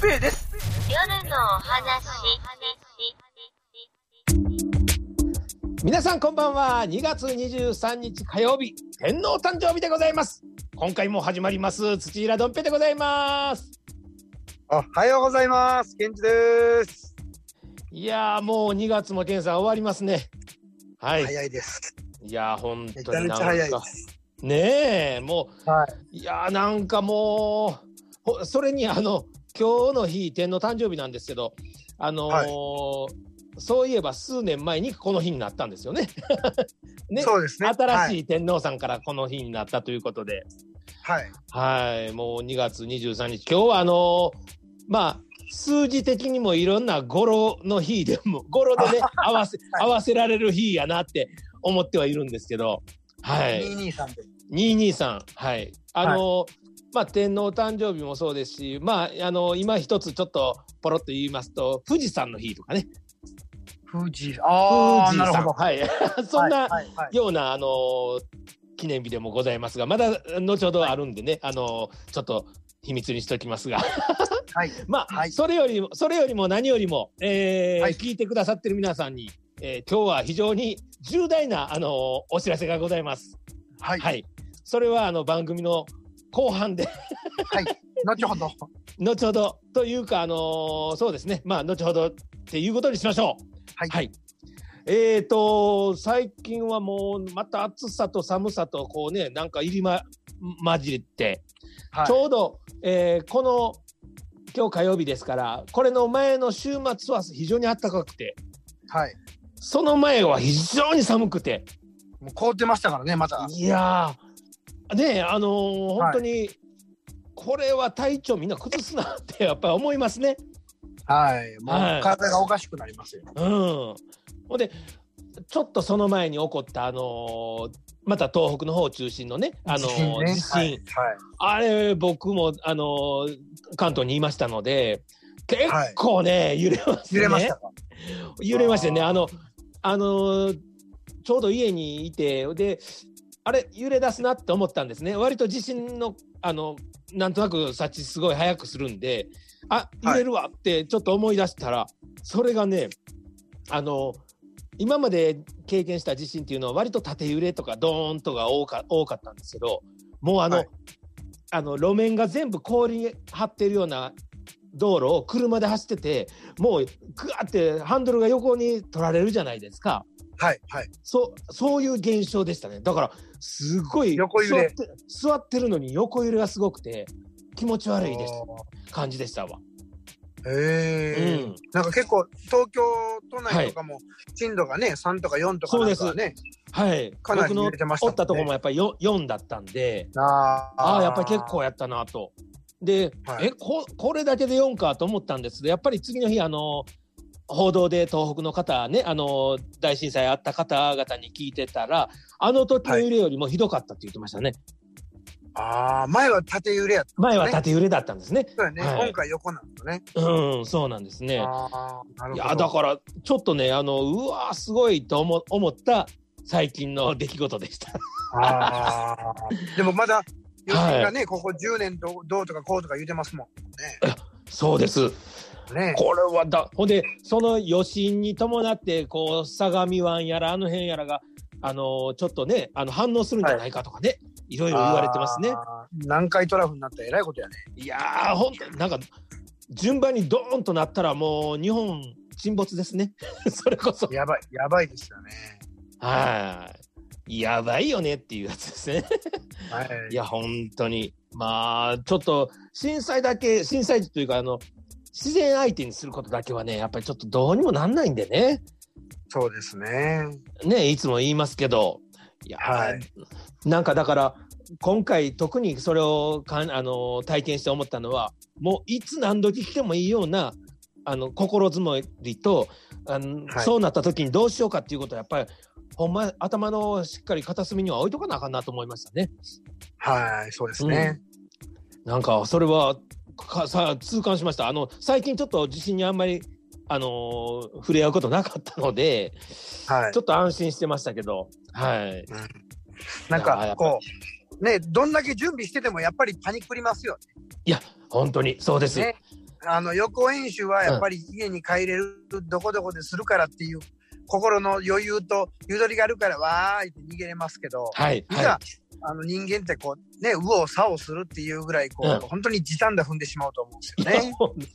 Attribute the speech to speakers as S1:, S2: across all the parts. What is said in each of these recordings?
S1: 平です。
S2: 夜のお話。
S3: 皆さんこんばんは2月23日火曜日天皇誕生日でございます今回も始まります土浦どんぺでございます
S4: おはようございます。ケンジです。
S3: いやーもう2月も検査終わりますねはい、い、
S4: 早いです。
S3: やー本
S4: めち
S3: 当
S4: ゃ
S3: に
S4: めち
S3: な
S4: ゃ
S3: ん
S4: 早いで
S3: か
S4: す。
S3: ねえも
S4: は
S3: ういやーなんかもうほそれにあの今日の日天皇誕生日なんですけどあのー
S4: は
S3: そういえば数年前にこの日になったんですよね ね
S4: そうですね。
S3: 新
S4: い。
S3: しい天皇さんからこの日になったということで、
S4: はい。
S3: はい、もう2月23日、今日はあのーまあ、数字的にもいろんな語呂の日でも、 語呂 でね、合わせ、合わせられる日やなって思ってはいるんですけど、はい、
S4: 二二三で。
S3: 223、はい、あのーまあ、天皇誕生日もそうですし、まあ、あのー今一つちょっとポロっと言いますと、富士山の日とかね、
S4: 富士。ああ、
S3: 富
S4: な
S3: 士
S4: る
S3: 山、
S4: ほど。
S3: はい、 そんな、
S4: はいはいはい
S3: ような、あのー記念日でもございますが、まだ後ほどあるんでね、あのーちょっと秘密にしておきますが、
S4: はい。
S3: まあ、
S4: はい
S3: それよりも、それよりも何よりも、えー
S4: はい
S3: 聞いてくださってる皆さんに、えー今日は非常に重大な、あのーお知らせがございます。
S4: は
S3: はいい。。それは、あの、番組の後半で、
S4: 後ほど。
S3: 後ほど、というか、あのーそうですね、まあ、後ほどっていうことにしましょう。
S4: はい。
S3: はい。えー、と最近はもうまた暑さと寒さとこうねなんか入りま混じって、
S4: はい
S3: ちょうど、えーこの今日火曜日ですからこれの前の週末は非常に暖かくて
S4: はい。
S3: その前は非常に寒くて
S4: もう凍ってましたからね、また。
S3: いやーねえあのー本当に、これは体調みんな崩すなってやっぱり思いますね。
S4: はい。も
S3: は
S4: う
S3: い
S4: 体がおかしくなりますよ。
S3: うん、ほんでちょっとその前に起こったあのーまた東北の方を中心のね、あのー 地震、
S4: はい。はい
S3: あれ僕も、あのー関東にいましたので結構ね、揺れますね
S4: 揺れましたか。
S3: 揺れましたね
S4: あー
S3: あのあのーちょうど家にいてであれ揺れ出すなって思ったんですね割と地震のあのなんとなく察知すごい早くするんで
S4: は
S3: あ
S4: い
S3: 揺れるわってちょっと思い出したら、それがねあの今まで経験した地震っていうのは割と縦揺れとかドーンとか多か多かったんですけどもうあの,、
S4: はい
S3: あの路面が全部氷に張ってるような道路を車で走っててもうグワーってハンドルが横に取られるじゃないですか
S4: はい。はい。
S3: そうそういう現象でしたねだからすごい
S4: 横揺れ
S3: 座って座ってるのに横揺れがすごくて気持ち悪いです感じでしたわ。う
S4: へえ。
S3: ん
S4: なんか結構東京都内とかも震度がね、三とか四とかなんかね。
S3: はい、
S4: かなり
S3: 僕の
S4: 揺れてました
S3: お
S4: もんね
S3: ったとこもやっぱり 4, だったんで
S4: あー
S3: ああやっぱり結構やったなと。で、
S4: はい
S3: えここれだけで4かと思ったんですけどやっぱり次の日あの報道で東北の方ねあの大震災あった方々に聞いてたらあの時の揺れよりもひどかったって言ってましたね、
S4: ああ、前は縦揺れやった。
S3: 前は縦揺れだったんですね
S4: そうやね。
S3: はい
S4: 今回横なんだね。
S3: うんそうなんですね
S4: ああ、なる
S3: い
S4: ほど。
S3: やだからちょっとねあのうわーすごいと思思った最近の出来事で した
S4: あーでもまだ、余震がね、ここ10年どうどうとかこうとか言うてますも
S3: そうです
S4: んね。
S3: これはだほんでその余震に伴ってこう相模湾やらあの辺やらがあのーちょっとねあの反応するんじゃないかとかね、い、ろいろ言われてますね
S4: あー。南海トラフになったらえらいことやね。
S3: いやーほんとなんか順番にドーンとなったらもう日本沈没ですね それこそ
S4: やばい、やばいですよね。
S3: はいやばいよねっていうやつですね
S4: はい
S3: い。や、本当に。まあ、ちょっと、震災だけ、震災時というか、あの、自然相手にすることだけはね、やっぱりちょっとどうにもなんないんでね。
S4: そうですね。
S3: ね、いつも言いますけど。いや、
S4: はい
S3: なんかだから、今回特にそれをかんあの体験して思ったのは、もういつ何時来てもいいような、あの、心づもりと、あの
S4: はい
S3: そうなった時にどうしようかっていうことは、やっぱり、ほんま、頭のしっかり片隅には置いとかなあかんなと思いましたね。
S4: はい、そうですね。
S3: なんかそれはかさ痛感しましたあの最近ちょっと地震にあんまり、あのー触れ合うことなかったので、
S4: はい
S3: ちょ。っと安心してましたけど、は
S4: な
S3: い、
S4: ん
S3: いやーや
S4: か
S3: っ、ぱ
S4: こう、ね、どんだけ準備しててもやっぱりパニックりますよ
S3: 本当にそうです、
S4: ね。あの予行演習はやっぱり家に帰れる、どこどこでするからっていう心の余裕とゆとりがあるからわーいって逃げれますけど、
S3: はい
S4: いざ
S3: は
S4: あの人間ってこうね右往左往するっていうぐらいこう、
S3: うん
S4: 本当に時短だ踏んでしまうと思うんです
S3: い。
S4: よね。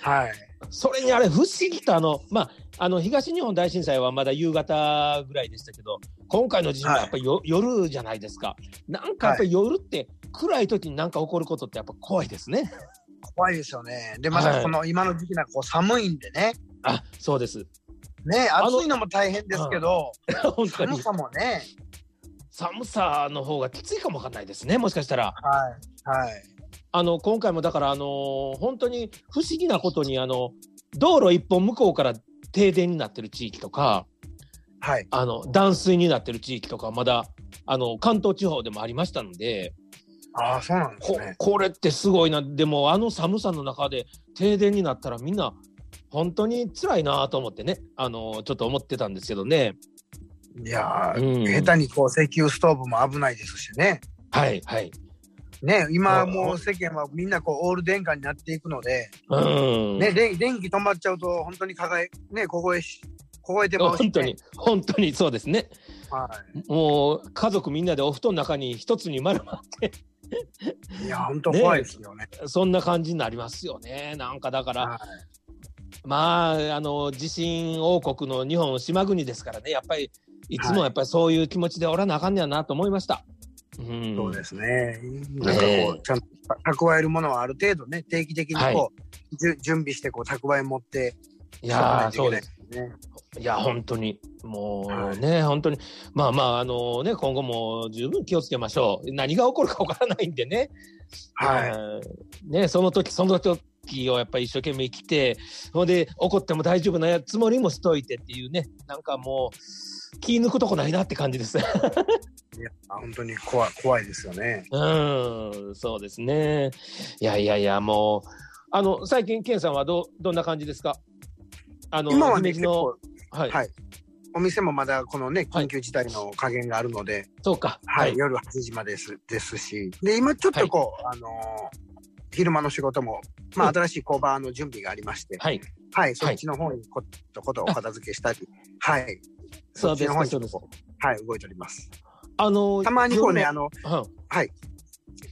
S4: はい、
S3: それにあれ不思議とあのまああの東日本大震災はまだ夕方ぐらいでしたけど今回の地震は
S4: はい
S3: やっぱりよ、夜じゃないですかなんかやっぱり夜って暗い時になんか起こることってやっぱ怖いですね
S4: 怖いですよね。でまたこの今の時期なんかこう寒いんでね
S3: あそうです
S4: ね
S3: あの
S4: 暑いのも大変ですけど、
S3: 本当
S4: 寒
S3: に
S4: さもね
S3: 寒さの方がきついかもわかんないですねもしかした
S4: は
S3: ら
S4: いはい
S3: あの今回もだからあのー本当に不思議なことにあの道路一本向こうから停電になってる地域とか
S4: はい
S3: あの断水になってる地域とかまだあの関東地方でもありましたので。
S4: ああそうなんです
S3: こ
S4: ね。
S3: これってすごいなでもあの寒さの中で停電になったらみんな本当に辛いなと思ってねあのちょっと思ってたんですけどね、
S4: いや
S3: う
S4: ー、
S3: ん、
S4: 下手にこう石油ストーブも危ないですしね。
S3: はいはい
S4: ね
S3: あ
S4: 今もう世間はみんなこうオール電化になっていくので、
S3: うん
S4: ね電電気止まっちゃうと本当に輝いね凍えし凍えてます、ね、
S3: 本当に本当にそうですね
S4: は
S3: もう家族みんなでお布団の中に一つに丸まって
S4: い。いや本当怖いですよね。
S3: そんな感じになりますよねなんかだから
S4: は
S3: まああの地震王国の日本島国ですからねやっぱりいつもやっぱりそういう気持ちでおらなあかんねやなと思いました。うん
S4: い、そうですね。なんかこう、
S3: ねえ
S4: ちゃんと蓄えるものはある程度ね定期的にこう、じゅ準備してこう蓄え持って
S3: い
S4: い
S3: やーそうです
S4: すね。
S3: いや、本当に、も
S4: は
S3: う
S4: い
S3: ね、本当に、まあまあ、あのね、今後も十分気をつけましょう。何が起こるかわからないんでね。
S4: はい。
S3: い。ね、その時、その時をやっぱり一生懸命生きて、ほんで、怒っても大丈夫なつもりもしといてっていうね、なんかもう、気抜くとこないなって感じです。
S4: いや本当に怖い怖いですよね。
S3: うん、そうですね。いやいやいや、もう、あの、最近、ケンさんはどう、どんな感じですかあの、
S4: 今はね
S3: 姫路の
S4: 結構
S3: はい。
S4: はいお店もまだこのね
S3: はい
S4: 緊急事態の加減があるので、
S3: そうか。
S4: はい夜8時までですですしで今ちょっとこう、あのー昼間の仕事も、まあ、
S3: うん
S4: 新しい工場の準備がありまして、
S3: はい。
S4: はい、そっちの方にことことをお片付けしたり、はい、
S3: そうです
S4: そっちの方に
S3: そうです
S4: はい、動いております。
S3: あの、
S4: たまにこうね、あの、
S3: うん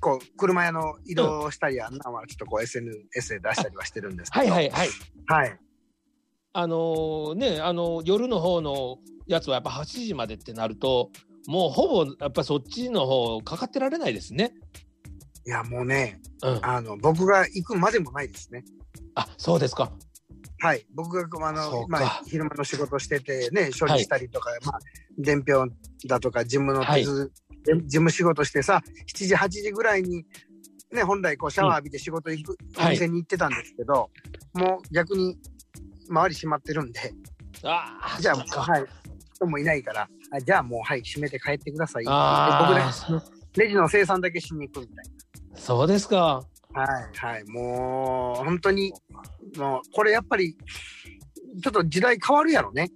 S4: こう、車屋の移動したり、あんなんはちょっとこう SNS で出したりはしてるんですけ
S3: は
S4: ど、
S3: いはいはい。
S4: はい、
S3: あのーね、あのー夜の方のやつはやっぱ8時までってなると、もうほぼやっぱそっちの方かかってられないですね。
S4: いや、もうね、
S3: うん。
S4: あの、僕が行くまでもないですね。
S3: あ、そうですか。
S4: はい、僕がこうあ
S3: そ
S4: の、
S3: うか
S4: まあ、昼間の仕事しててね処理したりとか、まあ、伝票だとか事務の手続き、事務仕事してさ7時8時ぐらいに、ね、本来こうシャワー浴びて仕事行く、
S3: はい
S4: お店に行ってたんですけど、もう逆に周り閉まってるんで
S3: ああ、
S4: じゃあ
S3: そっか。
S4: はい、人もいないからあじゃあもうはい閉めて帰ってくださいで僕ね
S3: ああ、
S4: レジの生産だけしに行くみたい
S3: そうですか。
S4: なはいはいもう本当にもうこれやっぱりちょっと時代変わるやろね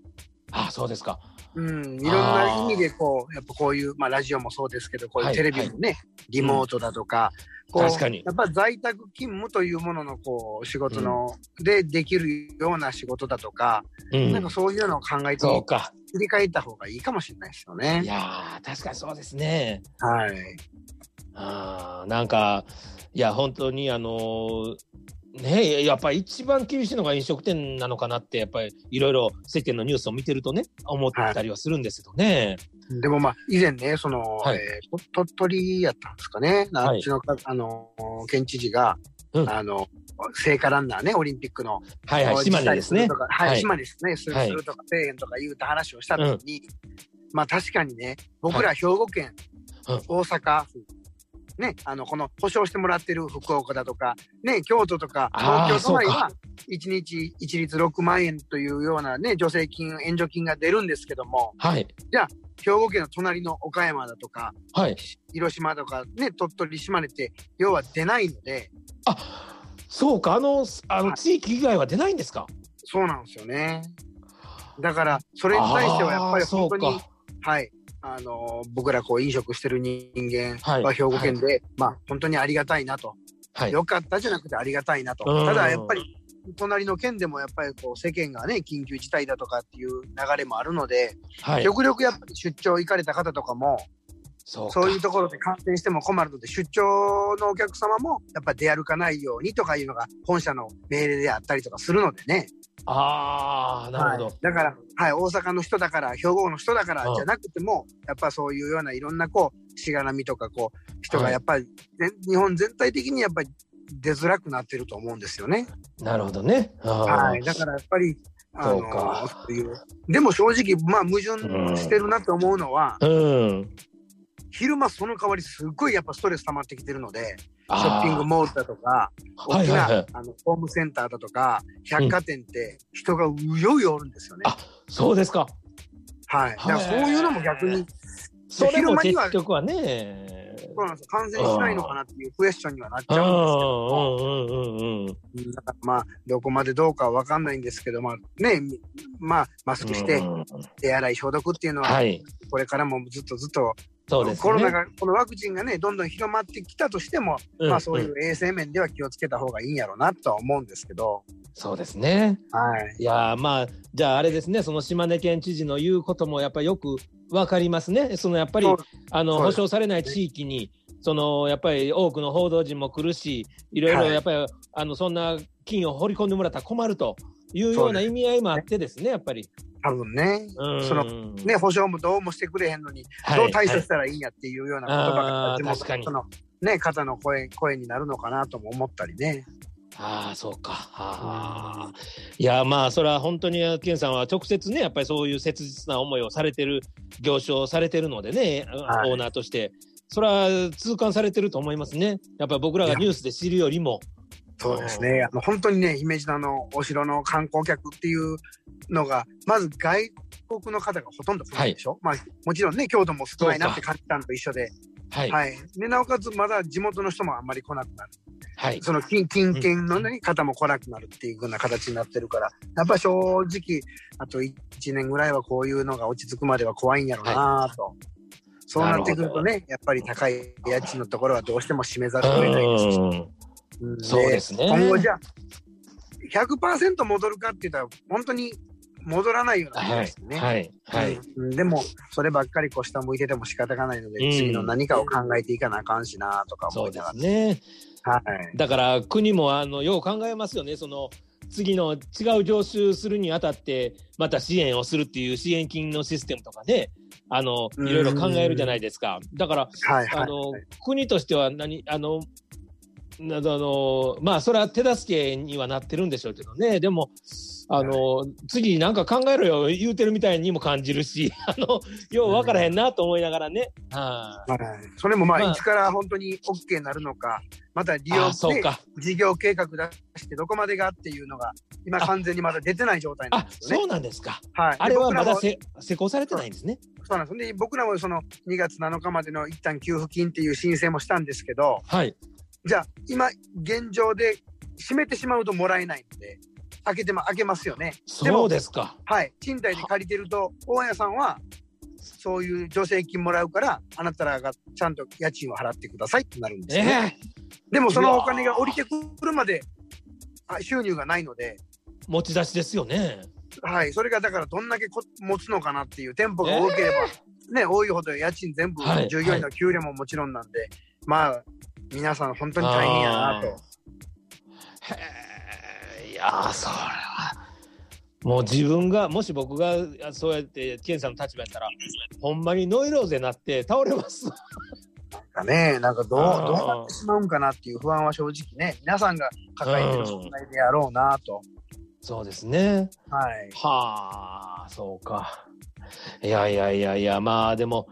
S3: あそうですか。
S4: うん、いろんな意味でこうやっぱこういう、まあ、ラジオもそうですけどこうい
S3: は
S4: う
S3: い
S4: テレビもね、リモートだとか、こう
S3: 確かに
S4: やっぱ在宅勤務というもののこう仕事の、でできるような仕事だとか、
S3: う
S4: なん
S3: ん
S4: か。そういうのを考えて
S3: そうか。
S4: 切り替えた方がいいかもしれないですよ
S3: い
S4: ね。
S3: やー、確かにそうですね。
S4: はい、
S3: あーなんかいや本当にあのーねやっぱり一番厳しいのが飲食店なのかなってやっぱりいろいろ世間のニュースを見てるとね思ったりはするんですけどね。
S4: でもまあ以前ねその、
S3: はい
S4: えーと鳥取やったんですかね、
S3: はい
S4: あっちのかあの県知事が、
S3: うん
S4: あの聖火ランナーねオリンピックの
S3: はい、はい、島根ですね。
S4: とかはい、
S3: はい
S4: 島根ですね。する
S3: はい
S4: するとか、せえへんとか言うた話をしたときに、まあ確かにね、僕ら兵庫県、
S3: うん
S4: 大阪府、ね、あの、この保証してもらってる福岡だとか、ね、京都とか、
S3: あー
S4: 東京都内
S3: そう
S4: は、一日一律6万円というようなね、助成金、援助金が出るんですけども、
S3: はい
S4: 兵庫県の隣の岡山だとか、
S3: はい。
S4: 広島とか、ね、鳥取、島根って、要は出ないので、
S3: あそうかあのあの
S4: はい
S3: 地域以外は出ないんですか。
S4: そうなんですよね。だから、それに対してはやっぱり
S3: あーそ
S4: 本
S3: う
S4: 当
S3: か
S4: に、はい、あのー僕らこう飲食してる人間
S3: はい
S4: は兵庫県で、まあ本当にありがたいなと
S3: はい。
S4: よかったじゃなくてありがたいなと。
S3: うん
S4: ただやっぱり、隣の県でもやっぱりこう世間がね、緊急事態だとかっていう流れもあるので、
S3: はい。
S4: 極力やっぱり出張行かれた方とかも、
S3: そうか
S4: そういうところで感染しても困るので、出張のお客様もやっぱり出歩かないようにとかいうのが本社の命令であったりとかするのでね。
S3: ああ、なるほ
S4: はい
S3: ど。、
S4: だから、はい、大阪の人だから、兵庫の人だから
S3: うん
S4: じゃなくても、やっぱそういうようないろんなこう、しがらみとかこう、人がやっぱり、ね日本全体的にやっぱり出づらくなってると思うんですよね。
S3: なるほどね。は
S4: はい、だからやっぱり、あ
S3: そうか
S4: の、そういう。でも正直、まあ矛盾してるなと思うのは、
S3: うん。
S4: 昼間その代わりすっごいやっぱストレス溜まってきてるので、ショ
S3: あ
S4: ッピングモールだとか、
S3: ーは
S4: 大
S3: い
S4: き
S3: はい
S4: な、
S3: はい。
S4: あのホームセンターだとか、百貨店って人がうようよおるんですよね。
S3: あそうですか。
S4: はい。だからそういうのも逆に、
S3: それ
S4: 昼
S3: も
S4: 間には
S3: 結局はね。
S4: そうなんですよ感染しないのかなっていうクエスチョンにはなっち
S3: う
S4: ゃ
S3: ん
S4: うん
S3: うんうんうん。
S4: ですけど、だからまあ、どこまでどうかは分かんないんですけど、まあね、みまあ、マスクして
S3: う、ん
S4: 手洗い、消毒っていうのは、
S3: はい。
S4: これからもずっとずっと、
S3: そうですね。
S4: コロナが、このワクチンがね、どんどん広まってきたとしても、
S3: うん
S4: まあそうい
S3: ん
S4: う衛生面では気をつけた方がいいんやろうなとは思うんですけど、
S3: そうですね。
S4: はい。
S3: いやーまあじゃああれですねその島根県知事の言うこともやっぱりよくわかりますねそのやっぱり
S4: そう
S3: あの
S4: そう
S3: 保
S4: です
S3: 障されない地域にそのやっぱり多くの報道陣も来るしいろいろ
S4: はい
S3: やっぱり、あのそんな金を掘り込んでもらったら困るというよう
S4: そ
S3: な
S4: うで
S3: 意味合いもあってですねやっぱり。
S4: 多分ね、
S3: うん
S4: そ
S3: の
S4: ね、保証もどうもしてくれへんのに、どう対処したらいいんやっていうような言葉が、
S3: あー
S4: でも
S3: 確かに
S4: そのね、方の声声になるのかなとも思ったりね。
S3: ああそうかああいやまあそれは本当に健さんは直接ねやっぱりそういう切実な思いをされてる業種をされてるのでね、
S4: はい
S3: オーナーとしてそれは痛感されてると思いますねやっぱり僕らがニュースで知るよりも
S4: そうですね。あの本当にね、姫路のあのお城の観光客っていうのが、まず外国の方がほとんど来ないでしょ、まあ、もちろんね、京都も少ないなって感じたのと一緒で、
S3: はいは
S4: は
S3: い、
S4: い。で、なおかつまだ地元の人もあんまり来なくなる。その近近県の、ね方も来なくなるっていう風な形になってるから、やっぱり正直、あと1年ぐらいはこういうのが落ち着くまでは怖いんやろうなと、そうなってくるとね、やっぱり高い家賃のところはどうしても締めざるを得ないですし、
S3: うん
S4: うん
S3: そうですね
S4: 今後じゃあ、100%戻るかって言ったら、本当に戻らないような気が
S3: はい
S4: してね。
S3: はいはい、
S4: うんでもそればっかりこう下向いてても仕方がないので、
S3: うん
S4: 次の何かを考えていかなあかんしなとか
S3: そ
S4: 思い
S3: うで
S4: なが
S3: すね
S4: ら、はい、
S3: だから国もあのよう考えますよね、その次の違う業種するにあたって、また支援をするっていう支援金のシステムとかね、あの
S4: うん
S3: いろいろ考えるじゃないですか。だから
S4: はいはい
S3: あの、国としては何あのなどあのまあそれは手助けにはなってるんでしょうけどねでもあの、次なんか考えろよ言うてるみたいにも感じるし あのよう分からへんなと思いながらね、はい
S4: はい、それもまあ、
S3: まあ
S4: いつから本当に OK になるのか、また利
S3: あ
S4: 用
S3: あそう
S4: で
S3: か
S4: 事業計画出して、どこまでがっていうのが、今、
S3: あ
S4: 完全にまだ出てない状態なん
S3: あ
S4: ですよ
S3: そ
S4: ね。
S3: うなんですか
S4: はい、
S3: あれはまだ
S4: で
S3: せ施行されてないんですね。
S4: 僕らもそうなんですで僕らもその2月7日までの一旦給付金っていう申請もしたんですけど、
S3: はい。
S4: じゃあ、今、現状で閉めてしまうともらえないので、開けてま開けますよね。
S3: そうですか。
S4: はい、賃貸で借りてると、大家さんは、そういう助成金もらうから、あなたらがちゃんと家賃を払ってくださいってなるんです
S3: え
S4: よ、
S3: え
S4: ね。でもそのお金が降りてくるまであ収入がないので、
S3: 持ち出しですよね。
S4: はい、それがだからどんだけこ持つのかなっていう店舗が多ければ、ね、多いほど家賃全部、
S3: はい
S4: 従業員の給料ももちろんなんで、まあ皆さん本当に大変やなと。
S3: へえいやーそれは。もう自分がもし僕があそうやって健さんの立場やったらほんまにノイローゼになって倒れます。
S4: なんかね、なんかどうどう
S3: あー
S4: なってしまうんかなっていう不安は正直ね、皆さんが抱えてる問題であろうなと。
S3: そうですね。
S4: はい。
S3: はあそうか。いやいやいやいやまあでも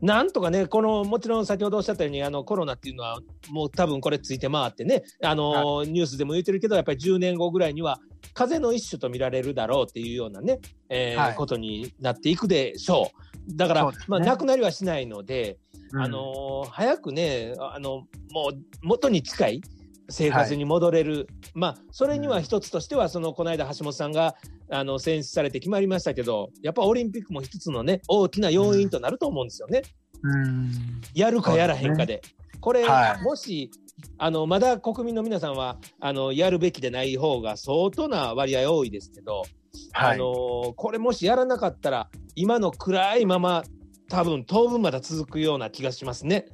S3: なんとかねこのもちろん先ほどおっしゃったようにあのコロナっていうのはもう多分これついて回ってねあの、ニュースでも言ってるけどやっぱり10年後ぐらいには風邪の一種と見られるだろうっていうようなね、えー
S4: はい
S3: ことになっていくでしょう。だから、
S4: そうですね
S3: まあ、なくなりはしないので、
S4: うん
S3: あのー早くねあのもう元に近い生活に戻れる、まあそれには一つとしては、そのこの間橋本さんがあの選出されて決まりましたけどやっぱオリンピックも一つのね大きな要因となると思うんですよね、
S4: うん
S3: やるかやらへんかで。これ、
S4: はい
S3: もしあのまだ国民の皆さんはあのやるべきでない方が相当な割合多いですけど、
S4: は
S3: あ
S4: い。
S3: のーこれもしやらなかったら今の暗いまま多分当分まだ続くような気がしますね。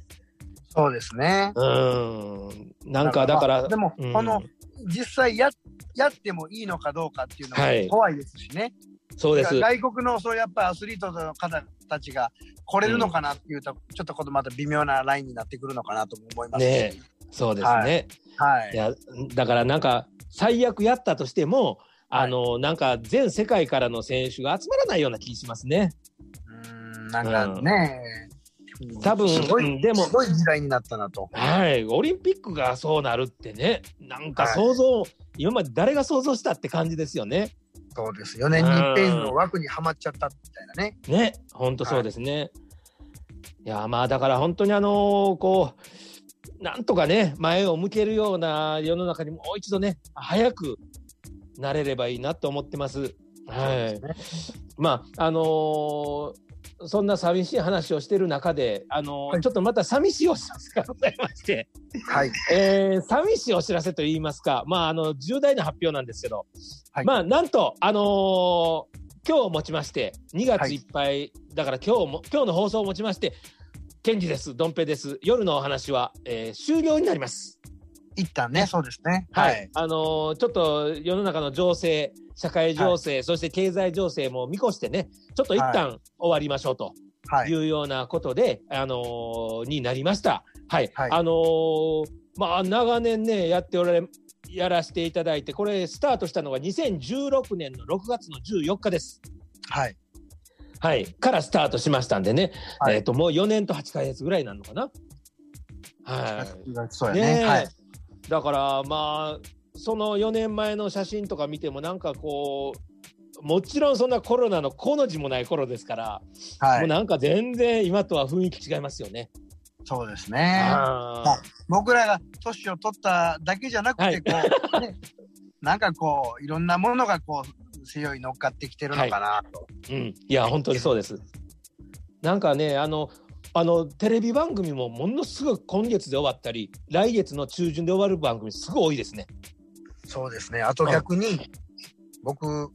S4: そうですね。
S3: うーんなんか
S4: ま
S3: だ
S4: あ
S3: から、
S4: でも、
S3: うん
S4: この、実際や、やってもいいのかどうかっていうの
S3: はい
S4: が怖いですしね。
S3: そうです。
S4: 外国の、そうやっぱアスリートの方たちが来れるのかなっていうと、ちょっとこのまた微妙なラインになってくるのかなとも思います
S3: ねそうですね。、
S4: はいはい。
S3: やだからなんか最悪やったとしても、あのーなんか全世界からの選手が集まらないような気しますね。
S4: うーんなんかね、
S3: 多分
S4: すごい、
S3: うんでも
S4: すごい時代になったなと。
S3: はい、オリンピックがそうなるってね、なんか
S4: はい
S3: 想像、今まで誰が想像したって感じですよね。
S4: そうです。4年に一遍の枠にはまっちゃったみたいなね。
S3: ね、本当そうですね。い、や、まあだから本当にあのーこう、なんとかね、前を向けるような世の中にもう一度ね、早くなれればいいなと思ってます。は
S4: そ
S3: い。
S4: うで
S3: まあ、あのーそんな寂しい話をしてる中で、あのー
S4: はい
S3: ちょっとまた寂しいお知らせがございまして、
S4: はい。
S3: えー、寂しいお知らせと言いますか、まあ、あの重大な発表なんですけど、
S4: はい
S3: まあ、なんと、あのー今日をもちまして、2月いっぱい、だから今日も今日の放送をもちまして、ケンジです、ドンペです、夜のお話は、えー終了になります。
S4: 一旦ね、そうですね。
S3: は、
S4: はいい。
S3: あのーちょっと世の中の情勢、社会情勢、そして経済情勢も見越してね、ちょっと一旦終わりましょうと。
S4: はいい。
S3: うようなことで、あのーになりました。はい。
S4: はい
S3: あのーまあ、長年ね、やっておられ、やらせていただいて、これ、スタートしたのが2016年の6月の14日です。
S4: はい。
S3: はい。からスタートしましたんでね、
S4: はい
S3: えっ、と、もう4年と8ヶ月ぐらいなのかな。はい。
S4: そうや
S3: ね
S4: ね。
S3: え
S4: はい。
S3: だからまあその4年前の写真とか見てもなんかこうもちろんそんなコロナの「コ」の字もない頃ですから、
S4: は
S3: もう
S4: い。
S3: なんか全然今とは雰囲気違いますよね。
S4: そうですね。
S3: あー
S4: 僕らが年を取っただけじゃなく
S3: は
S4: て、
S3: い
S4: こう、ね、なんかこう、いろんなものがこう、強い乗っかってきてるのかなと。
S3: うん、いや本当にそうです。なんかねあのあのテレビ番組もものすごく今月で終わったり来月の中旬で終わる番組すごい多いですね。
S4: そうですね。あと逆に、僕、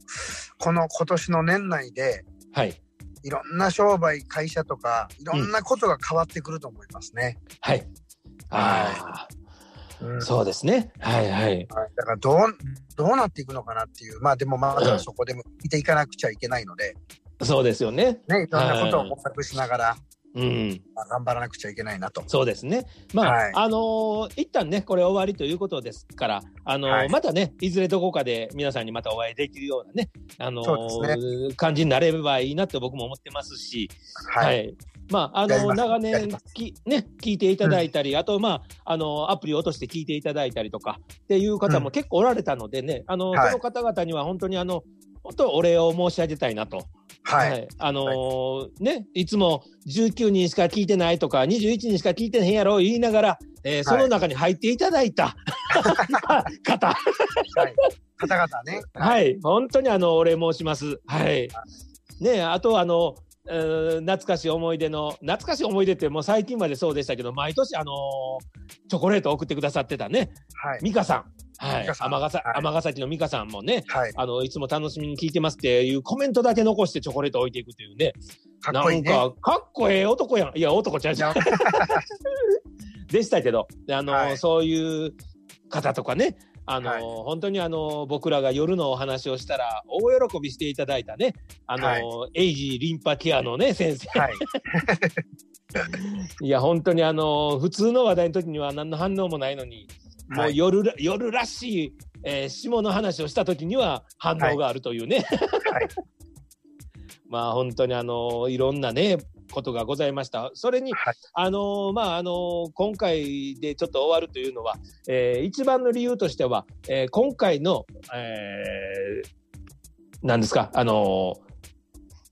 S4: この今年の年内で、
S3: はい、
S4: いろんな商売、会社とか、いろんなことが変わってくると思いますね。
S3: はい、あ
S4: う
S3: あ
S4: ん
S3: そうですね。はいはい。
S4: はいだからどう、どうなっていくのかなっていう、まあでもまだそこでも見ていかなくちゃいけないので、
S3: そうですよね。
S4: ね、いろんなことを模索しながら、
S3: うん。
S4: まあ頑張らなくちゃいけないなと。
S3: そうですね。まあ、
S4: はい
S3: あのー一旦ね、これ終わりということですから、あのー
S4: はい
S3: またね、いずれどこかで皆さんにまたお会いできるようなね、あのー
S4: そうで
S3: 感じになれればいいなって僕も思ってますし、は。
S4: はいい。
S3: まあ、あの
S4: やり
S3: ー
S4: ます
S3: 長
S4: やり
S3: 年
S4: ま
S3: き、ね、聞いていただいたり、あと、まあ、あのーアプリを落として聞いていただいたりとかっていう方も結構おられたのでね、あのー
S4: はい
S3: その方々には本当にあの、本当お礼を申し上げたいなと。
S4: はい。
S3: はい、あのーね、いつも19人しか聞いてないとか、21人しか聞いてへんやろ言いながら、えーその中に入っていただ いた、方、
S4: はい方々ね。
S3: はい、本当にあの、お礼申します。はい。ね、あと、あの、うーん懐かしい思い出の、懐かしい思い出ってもう最近までそうでしたけど、毎年あのーチョコレート送ってくださってたね、
S4: はい。
S3: 美香さん。は
S4: 美
S3: い。
S4: 香さん
S3: 尼崎
S4: はい
S3: 尼崎の美香さんもね、
S4: はい。
S3: あの、いつも楽しみに聞いてますっていうコメントだけ残してチョコレート置いていくというね。
S4: かっこいいね。
S3: なんかかっこええ男やんいや男ちゃう
S4: い
S3: じゃ
S4: や
S3: ん でしたけどあの、
S4: はい
S3: そういう方とかねあの、
S4: はい
S3: 本当にあの僕らが夜のお話をしたら大喜びしていただいたねあの、
S4: はい
S3: エイジリンパケアのね先生
S4: はい。
S3: いや本当にあの普通の話題の時には何の反応もないのに、
S4: は
S3: もう
S4: い
S3: 夜ら夜らしい、えー下の話をした時には反応があるというね、
S4: はい
S3: まあ本当にあのいろんなねことがございました。それに、
S4: はい
S3: あのまああの今回でちょっと終わるというのは、えー一番の理由としては、えー今回の、えー、なんですかあの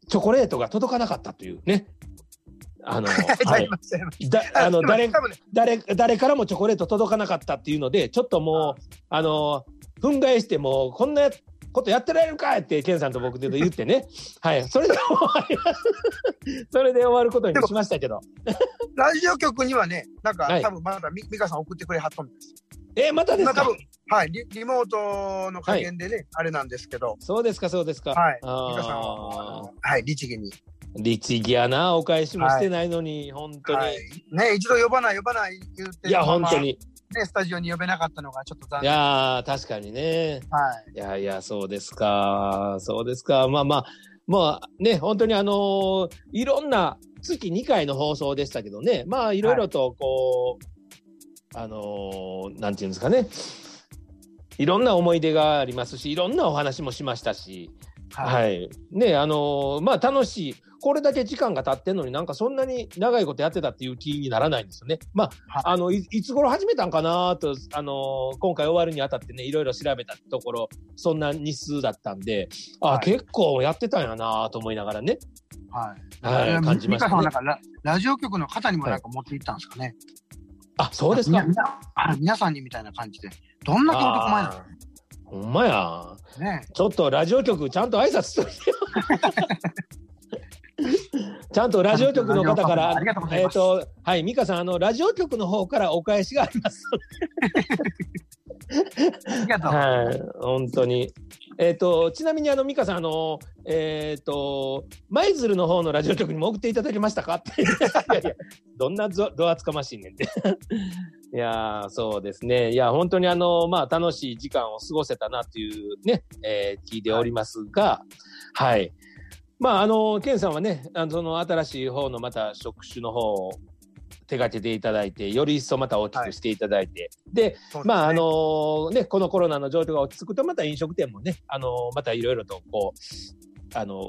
S3: チョコレートが届かなかったというね。あの、は
S4: はいい。、すいません
S3: だあの
S4: すいませ
S3: 誰
S4: ん多分ね
S3: 誰誰からもチョコレート届かなかったっていうのでちょっともうあの憤慨してもうこんなことやってられるかって、ケンさんと僕で言ってね。 はい。それで終わります。 それで終わることにしましたけど。
S4: ラジオ局にはね、なんか、
S3: はい
S4: 多分まだみ美香さん送ってくれはったんです。
S3: えーまたです
S4: まあ
S3: か
S4: 多分はいリ、リモートの加減でね、あれなんですけど、
S3: そうですか、そうですか。
S4: はい美香さん
S3: あ
S4: は、はい、律儀に、
S3: ー律儀やな、お返しもしてないのに、本当に。、
S4: はいい、ね、一度呼ばない、呼ばない言って、
S3: や、
S4: まあ
S3: 本
S4: まあ
S3: 当に。
S4: ね、スタジオに呼べなかったのがちょっと残
S3: い
S4: 念。
S3: やー、確かにね。
S4: はい。
S3: いやいや、そうですか。そうですか。まあまあ、まあね、本当にあのーいろんな月2回の放送でしたけどね、まあいろいろとこう、あのーなんていうんですかね、いろんな思い出がありますし、いろんなお話もしましたし、はい。
S4: い。
S3: ね、あのーまあ楽しい。これだけ時間が経ってんのになんかそんなに長いことやってたっていう気にならないんですよね。まあ、
S4: はい
S3: あの、いいつ頃始めたんかなと、あのー今回終わるにあたってね、いろいろ調べたところ、そんな日数だったんで、あ、
S4: はい
S3: 結構やってたんやなと思いながらね。
S4: はい。
S3: はい
S4: あれ
S3: 感じまし
S4: 美香さ
S3: たね
S4: んはなんかラ、ラジオ局の方にもなんか持っていったんですかね。
S3: あ、そうですか。
S4: みんなあれ皆さんにみたいな感じで。どんだけ男前なんで
S3: あーほんまや。
S4: すかね。
S3: ちょっとラジオ局ちゃんと挨拶しとい てよ。ちゃんとラジオ局の方か
S4: あ
S3: ら
S4: りがとうござい
S3: えっ
S4: ます。
S3: と、はい、美香さん、あの、ラジオ局の方からお返しがあります。
S4: ありがとう。
S3: はい、本当に。えっ、と、ちなみに、あの、美香さん、あの、えっ、と、舞鶴の方のラジオ局にも送っていただけましたかって。 いやいや、どんなぞど厚かましいねんって。 いやーそうですね。いや、本当にあの、まあ、楽しい時間を過ごせたなっていうね、えー聞いておりますが、はい。まあ、あの、ケンさんはね、あのその新しい方のまた職種の方を手掛けていただいて、より一層また大きくしていただいて、
S4: そう
S3: で、
S4: ですね
S3: まああのね、このコロナの状況が落ち着くと、また飲食店もね、あのまたいろいろとこう、あの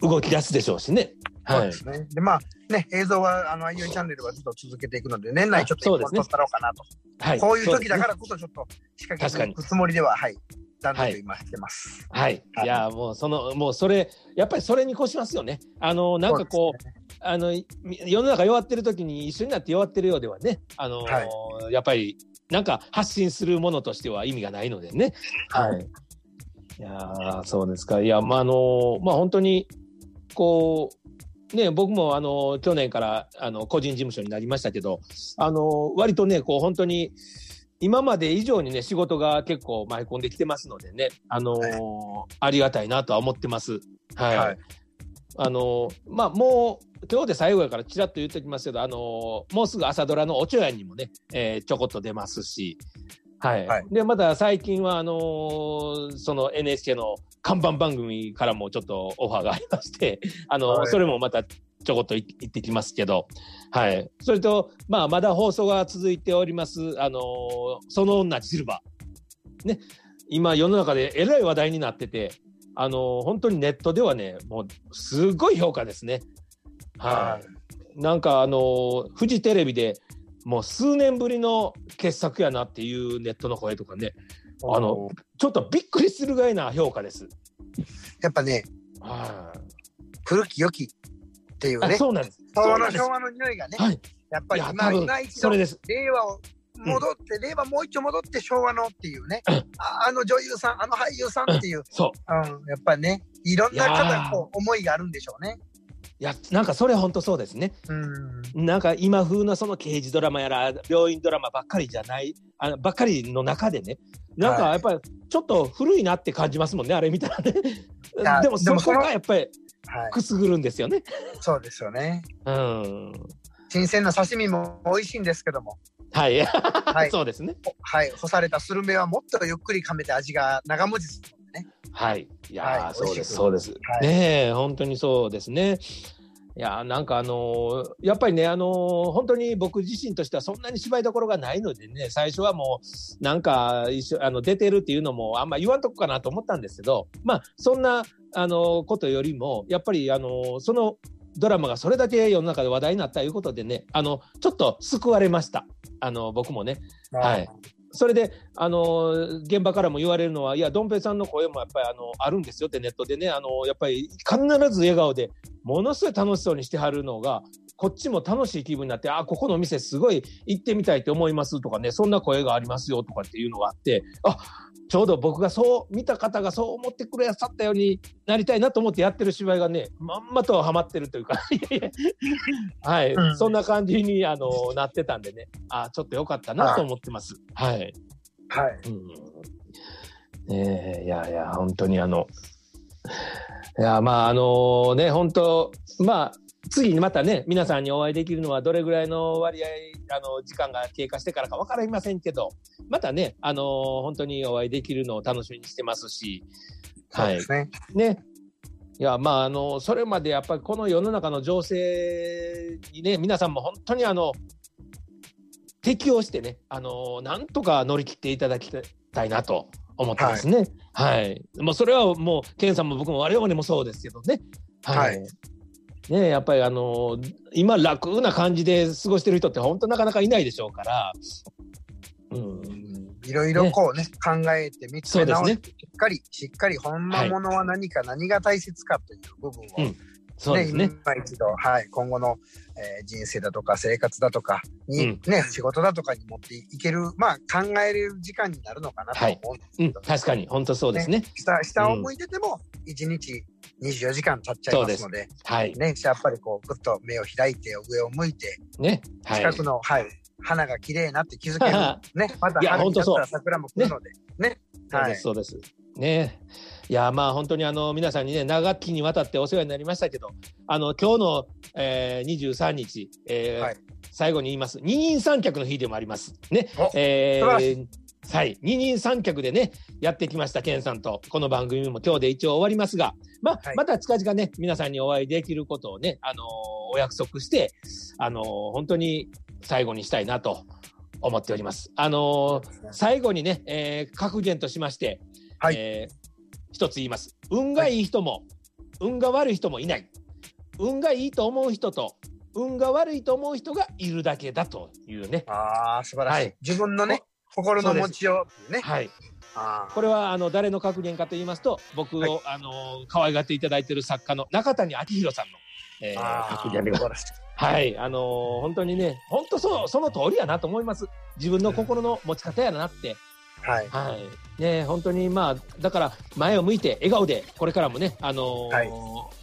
S3: 動き出すでしょうしね。
S4: そう
S3: はい
S4: で。すね。で、まあ、ね、映像は、あの、IU チャンネルはずっと続けていくので、年内ちょっと一
S3: あそうで
S4: 本
S3: すね
S4: 撮ったろうかなと。
S3: はい、
S4: こういう時だ
S3: ら。
S4: からこそちょっと仕掛けていくつもりでは、はい、だんだんと今してます。
S3: はい。いや、もうその、もうそれ、やっぱりそれに越しますよね。あのなんかこう、
S4: そうですね
S3: あのい世の中弱ってる時に一緒になって弱ってるようではね、あの
S4: は
S3: やっぱりなんか発信するものとしては意味がないのでね。。
S4: はい
S3: いやーそうですか。いやまああのまあ本当にこうね僕もあの去年からあの個人事務所になりましたけど、あの割とねこう本当に。今まで以上にね、仕事が結構舞い込んできてますのでね、あのありがたいなとは思ってます。
S4: は
S3: はい
S4: い。
S3: あのまあもう今日で最後やからちらっと言っておきますけど、あのもうすぐ朝ドラの「おちょやん」にもね、えーちょこっと出ますし、はい
S4: はい
S3: でまた最近はあのーその NHK の看板番組からもちょっとオファーがありまして、 あの
S4: はい
S3: それもまたちょこっとい行ってきますけど、はい、それと、まあ、まだ放送が続いております「あのその女シルバー」ね今世の中でえらい話題になってて。あの本当にネットではね、もうすごい評価ですね。は。
S4: はい
S3: なんかあのフジテレビでもう数年ぶりの傑作やなっていうネットの声とかね、あのちょっとびっくりするぐらいな評価です。
S4: やっぱね、
S3: はい。
S4: 古き良きっていう
S3: あ
S4: ね、
S3: そうなんです。
S4: 昭
S3: そ
S4: 和
S3: うなん
S4: の
S3: です
S4: 昭。和の匂いがね、
S3: はい。
S4: やっぱ
S3: い
S4: り
S3: や
S4: 今
S3: 多分
S4: 今一
S3: そ
S4: 度
S3: れです。
S4: 令和を戻って、令和もう一度戻って昭和のっていうね、ああの女優さん、あの俳優さんっていう、
S3: そう。
S4: うん、やっぱりね、いろんない
S3: や
S4: 方
S3: ー
S4: こう思いがあるんでしょうね。
S3: いやなんかそれ本当そうですね。
S4: うん、
S3: なんか今風のその刑事ドラマやら病院ドラマばっかりじゃないあのばっかりの中でねなんか
S4: はい
S3: やっぱりちょっと古いなって感じますもんねあれ見たらね
S4: や
S3: でも
S4: で
S3: そ
S4: も
S3: こがやっぱり
S4: はい、
S3: くすぐるんですよね
S4: そうですよね。
S3: うん
S4: 新鮮な刺身も美味しいんですけども、
S3: はい
S4: はい、
S3: そうですね
S4: はい、干されたスルメはもっとゆっくり噛めて味が長持ちするのでね。
S3: はいいやー、
S4: はい
S3: そうですそ
S4: 美
S3: うです、
S4: はい
S3: ねえ本当にそうですねいやーなんかあのーやっぱりねあのー本当に僕自身としてはそんなに芝居どころがないのでね最初はもうなんか一緒あの出てるっていうのもあんま言わんとこかなと思ったんですけどまあそんなあのーことよりもやっぱりあのーそのドラマがそれだけ世の中で話題になったということでねあのちょっと救われましたあの僕もねはいそれで、あのー現場からも言われるのは、いや、どん兵衛さんの声もやっぱり、あのあるんですよってネットでね、あのやっぱり必ず笑顔で、ものすごい楽しそうにしてはるのが、こっちも楽しい気分になって、あ、ここの店すごい行ってみたいと思いますとかね、そんな声がありますよとかっていうのがあって、あ、ちょうど僕がそう見た方がそう思ってくれやさったようになりたいなと思ってやってる芝居がね、まんまとはまってるというか はい、うん、そんな感じにあのなってたんでね、あ、ちょっとよかったなと思ってます。はい。
S4: はい。
S3: うん、ねえ、いやいや、本当にあの、いや、まあ、あのー、ね、本当まあ、次にまたね、皆さんにお会いできるのはどれぐらいの割合、あの、時間が経過してからか分かりませんけど、またね、あのー、本当にお会いできるのを楽しみにしてますし、
S4: はい。ね。
S3: ねいやまああのそれまでやっぱりこの世の中の情勢にね皆さんも本当にあの適応してねあのなんとか乗り切っていただきたいなと思ってますね。はい。まあそれはもう健さんも僕も我々もそうですけどね。はい。はい、ねやっぱりあのー、今楽な感じで過ごしてる人って本当なかなかいないでしょうから。
S4: うん。いろいろこうね、ね、考えてみつめ直して、ね、しっかりしっかり本間ものは何か、はい、何が大切かという部分を。うん
S3: そうですね。ね
S4: 今一度、はい、今後の、えー、人生だとか生活だとかに、うん、ね、仕事だとかに持っていける、まあ考える時間になるのかなと思うんですけど、
S3: はいうん、確かに、本当そうですね。ね
S4: 下下を向いてても、1日24時間経っちゃいますので、うん、ではい、ね、やっぱりこう、ぐっと目を開いて、上を向いて、
S3: ね、
S4: はい、近くの、はい、花が綺麗なって気 づける、ね、また春になったら桜も来るので、ね。ね
S3: はい、そうです。ねいやまあ本当にあの皆さんにね長きにわたってお世話になりましたけどあの今日の、えー、23日、えー、はい、最後に言います二人三脚の日でもありますね。えーはい、二人三脚でねやってきました健さんとこの番組も今日で一応終わりますが、まあ、はい、また近々ね皆さんにお会いできることをね、あのー、お約束して、あのー、本当に最後にしたいなと思っております。あのー、最後にね、えー、格言としまして、はい、えー、一つ言います。運がいい人も、はい、運が悪い人もいない。運がいいと思う人と、運が悪いと思う人がいるだけだというね。
S4: ああ、素晴らしい。はい、自分のね、心の持ちよう、ね、
S3: はい。これはあの誰の格言かと言いますと、僕を、はい、あの可愛がっていただいている作家の中谷昭弘さんの、えー、格言でございます。はい、あのー、本当にね、本当そう、その通りやなと思います。自分の心の持ち方やなって。
S4: うん、はい。
S3: はい。ね、本当に、まあ、だから、前を向いて、笑顔で、これからもね、あのーはい、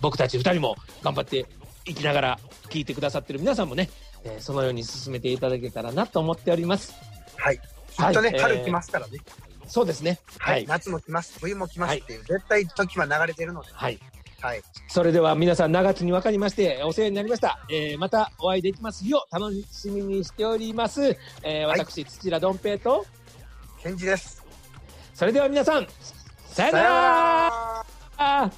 S3: 僕たち二人も頑張っていきながら、聞いてくださってる皆さんもね、えー、そのように進めていただけたらなと思っております。
S4: はい。きっとね、はい、春来ますからね。
S3: えー、そうですね。
S4: はい。夏も来ます、冬も来ますっていう、はい、絶対時は流れてるので。
S3: はい。
S4: はい、
S3: それでは皆さん長きにわかりましてお世話になりました、えー、またお会いできます日を楽しみにしております、えー、私、はい、土浦どん平と
S4: 健二です
S3: それでは皆さんさよならあ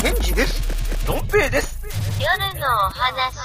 S1: ケンジです。のんぺいです。
S2: 夜のお話。